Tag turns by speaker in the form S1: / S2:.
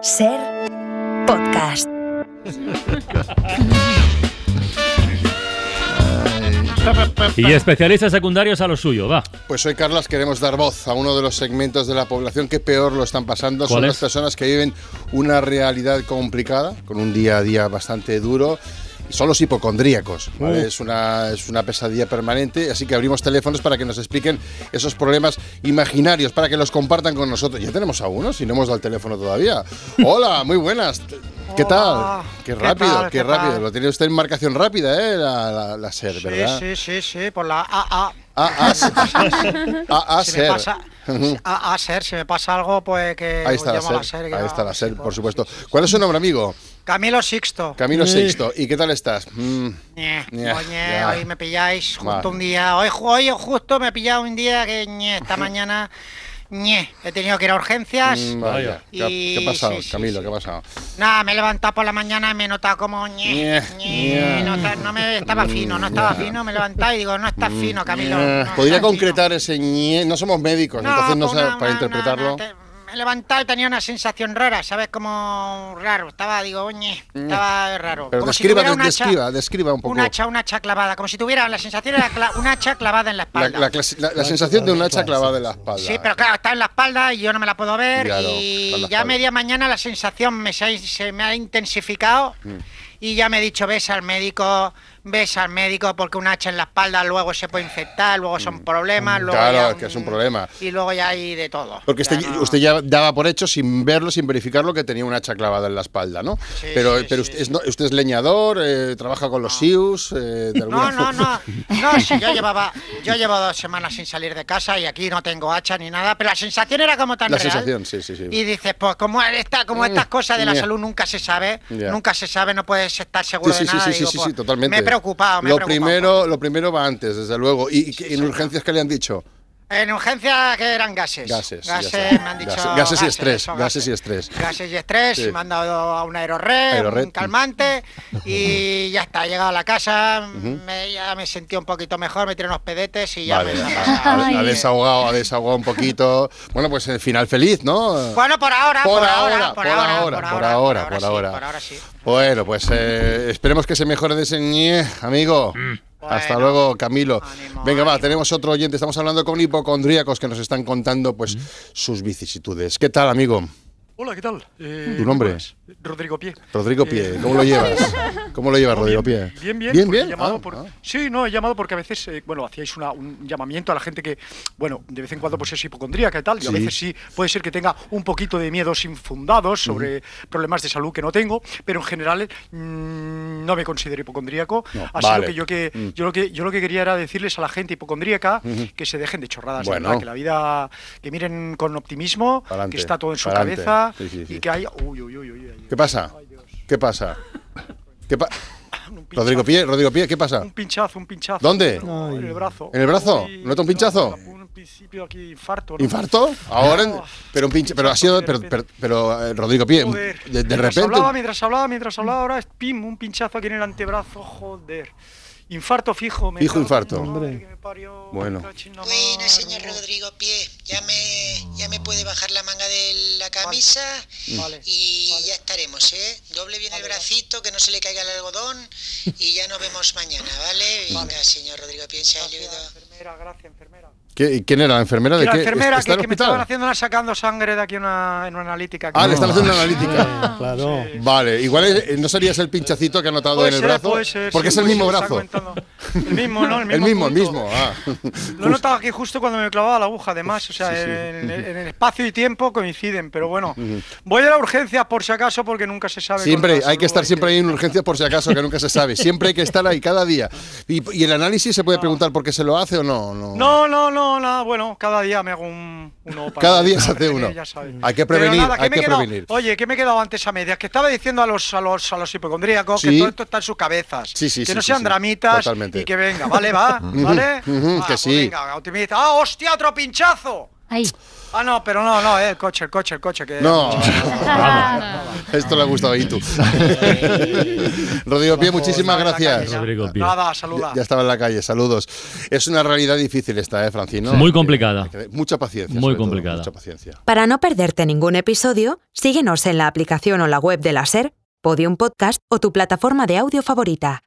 S1: Ser podcast.
S2: Y especialistas secundarios a lo suyo, va.
S3: Pues hoy, Carlas, queremos dar voz a uno de los segmentos de la población que peor lo están pasando. Son
S2: ¿Cuál
S3: las
S2: es?
S3: personas que viven una realidad complicada, con un día a día bastante duro. Son los hipocondríacos, ¿vale? es, una, es una pesadilla permanente, así que abrimos teléfonos para que nos expliquen esos problemas imaginarios, para que los compartan con nosotros. Ya tenemos a uno, si no hemos dado el teléfono todavía. Hola, muy buenas. ¿Qué
S4: Hola.
S3: tal? Qué
S4: ¿Qué
S3: rápido,
S4: tal?
S3: qué
S4: ¿Qué
S3: rápido.
S4: tal?
S3: Lo tiene usted en marcación rápida, ¿eh? La, la, la SER,
S4: Sí,
S3: ¿verdad?
S4: sí, sí, sí, por la AA.
S3: A, a, a, a
S4: Si
S3: Ah, ser.
S4: me pasa, a, a ser, si me pasa algo, pues que
S3: Ahí está la
S4: llamo
S3: SER.
S4: a la SER, que
S3: Ahí
S4: va,
S3: está la
S4: sí,
S3: SER, por supuesto. ¿Cuál es su nombre, amigo?
S4: Camilo Sixto.
S3: Camilo
S2: Eh.
S3: Sexto. ¿Y qué tal estás? Mm,
S4: Ñe,
S3: Ñe,
S4: oye,
S3: ya.
S4: hoy me pilláis justo
S3: Vale.
S4: un día. Hoy, ju- hoy justo me he pillado un día que Ñe, esta mañana Ñe, he tenido que ir a urgencias.
S3: mm,
S2: Vaya.
S3: vaya. ¿Qué, ha-
S4: Y-
S3: qué ha pasado,
S4: sí, sí,
S3: Camilo?
S4: sí.
S3: ¿Qué ha pasado?
S4: Nada, me he levantado por la mañana y me he notado como Ñe,
S3: Ñe,
S4: Ñe,
S3: Ñe.
S4: no, ta- no me estaba fino, no estaba fino, me he levantado y digo, no estás fino, Camilo. no
S3: Eh,
S4: estás
S3: ¿Podría
S4: fino".
S3: concretar ese ñe? No somos médicos, entonces no
S4: pues
S3: sé,
S4: una-
S3: para
S4: una-
S3: interpretarlo.
S4: una- te- me he levantado y tenía una sensación rara, ¿sabes? Como raro. Estaba, digo, oñe, estaba raro.
S3: Mm. Pero
S4: como si
S3: describa,
S4: tuviera
S3: de-
S4: un hacha-
S3: describa, describa un poco.
S4: Un hacha, un hacha clavada. Como si tuviera, la sensación era cla- un hacha clavada en la
S3: La,
S4: espalda.
S3: la clasi- la- la sensación de un hacha clavada en la espalda.
S4: Sí, pero claro, está en la espalda y yo no me la puedo ver.
S3: Claro, está en
S4: y
S3: la
S4: ya a
S3: espalda.
S4: media mañana la sensación me se, ha- se me ha intensificado.
S3: Mm.
S4: Y ya me he dicho, ves al médico, ves al médico, porque un hacha en la espalda luego se puede infectar, luego son problemas. Luego
S3: Mm. Claro,
S4: ya
S3: es que es un
S4: mm,
S3: problema.
S4: Y luego ya hay de todo.
S3: Porque
S4: Ya
S3: usted,
S4: no-
S3: usted ya daba por hecho, sin verlo, sin verificarlo, que tenía un hacha clavada en la espalda, ¿no?
S4: Sí,
S3: pero
S4: sí,
S3: pero
S4: sí,
S3: usted,
S4: sí.
S3: es, no- usted es leñador, eh, trabaja con los SIUS, eh, de
S4: No,
S3: alguna
S4: no,
S3: forma.
S4: no. No, si yo llevaba, yo llevo dos semanas sin salir de casa y aquí no tengo hacha ni nada, pero la sensación era como tan
S3: La
S4: real.
S3: sensación, sí, sí, sí.
S4: Y dices, pues como esta, como estas
S3: Mm,
S4: cosas de la
S3: ya.
S4: salud nunca se sabe,
S3: Ya.
S4: nunca se sabe, no puedes estar
S3: Sí,
S4: seguro
S3: sí,
S4: de
S3: sí,
S4: nada.
S3: sí, sí,
S4: digo,
S3: sí,
S4: pues,
S3: sí, totalmente.
S4: Me he preocupado, me he
S3: lo
S4: preocupado.
S3: primero, lo primero va antes, desde luego. ¿Y, y qué- en
S4: señor.
S3: urgencias qué le han dicho?
S4: En urgencia que eran gases.
S3: Gases, ya
S4: Gases,
S3: está.
S4: me han dicho.
S3: Gases- gases y estrés,
S4: eso,
S3: gases y estrés.
S4: Gases y estrés,
S3: Sí.
S4: me han dado a un aerorred,
S3: Aerorred.
S4: un calmante y ya está, he llegado a la casa, me, ya me sentí un poquito mejor, me tiré unos pedetes y ya
S3: Vale,
S4: me-
S3: ha, ha- ha desahogado, ha desahogado un poquito. Bueno, pues el final feliz, ¿no?
S4: Bueno, por ahora,
S3: Por
S4: por,
S3: ahora,
S4: ahora,
S3: por ahora, por ahora, por ahora.
S4: sí, por ahora sí.
S3: Bueno, pues eh, esperemos que se mejore de ese ñe, amigo.
S5: Mm.
S3: Hasta
S4: Bueno.
S3: luego, Camilo.
S4: Ánimo,
S3: Venga, va,
S4: ánimo.
S3: tenemos otro oyente. Estamos hablando con hipocondríacos que nos están contando pues
S5: Mm.
S3: sus vicisitudes. ¿Qué tal, amigo?
S5: Hola, ¿qué tal? Eh,
S3: ¿Tu nombre?
S5: buenas. Rodrigo Pie.
S3: Rodrigo
S5: Eh,
S3: Pie, ¿cómo lo llevas? ¿Cómo lo llevas, Rodrigo Pie?
S5: Bien, bien.
S3: Bien,
S5: pues he
S3: bien.
S5: llamado
S3: Ah,
S5: por-
S3: ah.
S5: Sí, no, he llamado porque a veces, eh, bueno, hacíais una- un llamamiento a la gente que, bueno, de vez en cuando pues es hipocondríaca y tal, y a
S3: Sí.
S5: veces sí puede ser que tenga un poquito de miedos infundados sobre problemas de salud que no tengo, pero en general mm, no me considero hipocondríaco.
S3: No,
S5: así
S3: vale.
S5: lo que yo que,
S3: Mm.
S5: yo lo que yo lo que quería era decirles a la gente hipocondríaca que se dejen de chorradas, de
S3: Bueno.
S5: verdad, que la vida, que miren con optimismo,
S3: Pa'lante,
S5: que está todo en su
S3: pa'lante.
S5: cabeza
S3: Sí, sí, sí.
S5: y que hay. Uy, uy, uy, uy, uy, uy.
S3: ¿Qué pasa? ¿Qué pasa? ¿Qué pa-
S5: Un pinchazo.
S3: Rodrigo Pie, Rodrigo Pie, ¿qué pasa?
S5: Un pinchazo, un pinchazo.
S3: Ah. ¿Dónde?
S5: En el brazo.
S3: ¿En el brazo?
S5: Uy,
S3: ¿Nota un pinchazo?
S5: no, Un principio aquí, infarto. ¿no?
S3: ¿Infarto? Ahora, en-
S5: No.
S3: pero un pinche, pero ha sido, pero, pero, pero, eh, Rodrigo Pie,
S5: Joder.
S3: de, de
S5: mientras
S3: repente.
S5: Hablaba, mientras hablaba, mientras hablaba, ahora es pim, un pinchazo aquí en el antebrazo, joder. Infarto fijo. me
S3: Fijo
S5: cago en
S3: infarto.
S5: la madre
S6: Hombre.
S5: que me parió,
S3: Bueno.
S5: me cacho en la
S7: Bueno,
S5: mar,
S7: señor
S5: no.
S7: Rodrigo Pie, ya me, ya me puede bajar la manga de la camisa
S5: Vale,
S3: Mm.
S7: y
S5: vale.
S7: ya estaremos, ¿eh? Doble bien el bracito, que no se le caiga el algodón y ya nos vemos mañana, ¿vale? Venga, señor Rodrigo Pie, saludo.
S5: Gracias, enfermera, gracias, enfermera.
S3: ¿Qué- ¿Quién era? ¿La enfermera de
S5: Que la
S3: qué?
S5: enfermera
S3: ¿Está
S5: que,
S3: en
S5: que me
S3: hospital?
S5: estaban haciendo una sacando sangre de aquí en una, en una analítica.
S3: Ah, le están
S5: No.
S3: haciendo una analítica.
S6: Claro.
S3: Vale, igual eh, no serías el pinchacito que ha notado
S5: Puede
S3: en el
S5: ser,
S3: brazo.
S5: puede ser,
S3: porque
S5: sí,
S3: es el
S5: puede
S3: mismo
S5: ser, está
S3: brazo.
S5: comentando. El mismo, ¿no? El mismo.
S3: el
S5: punto.
S3: mismo. ah.
S5: Lo he notado aquí justo cuando me clavaba la aguja, además. O sea,
S3: Sí, sí.
S5: En, en el espacio y tiempo coinciden, pero bueno. Voy a la urgencia por si acaso, porque nunca se sabe.
S3: Siempre hay que estar siempre ahí en urgencias por si acaso, que nunca se sabe. Siempre hay que estar ahí cada día. ¿Y, y el análisis se puede preguntar por qué se lo hace o no? No,
S5: No, no, no, nada. Bueno, cada día me hago un, uno para-
S3: Cada día se
S5: para
S3: hace
S5: prevenir,
S3: uno.
S5: ya sabes.
S3: Hay que
S5: Pero
S3: prevenir,
S5: nada,
S3: hay
S5: me he
S3: que
S5: quedado-
S3: prevenir.
S5: Oye, que me he quedado antes a medias, que estaba diciendo a los a los a los hipocondríacos
S3: Sí.
S5: que todo esto está en sus cabezas,
S3: Sí, sí,
S5: que
S3: sí,
S5: no
S3: sí,
S5: sean
S3: sí.
S5: dramitas
S3: Totalmente.
S5: y que venga, vale, va, vale,
S3: ujú,
S5: Va,
S3: que
S5: pues
S3: sí.
S5: venga, optimista. Ah, hostia, otro pinchazo.
S1: Ahí.
S5: Ah, no, pero no, no, eh, el coche, el coche, el coche. Que
S3: No, esto le ha gustado a Itu. Rodrigo Pie, muchísimas gracias.
S2: ya. Rodrigo Pie.
S5: Nada,
S3: Ya,
S5: saluda.
S3: ya estaba en la calle, saludos. Es una realidad difícil esta, ¿eh, Francino?
S2: Muy
S3: Hay que-
S2: complicada.
S3: hay que- Mucha paciencia.
S2: Muy
S3: sobre todo,
S2: complicada.
S3: Mucha paciencia.
S1: Para no perderte ningún episodio, síguenos en la aplicación o la web de la SER, Podium Podcast o tu plataforma de audio favorita.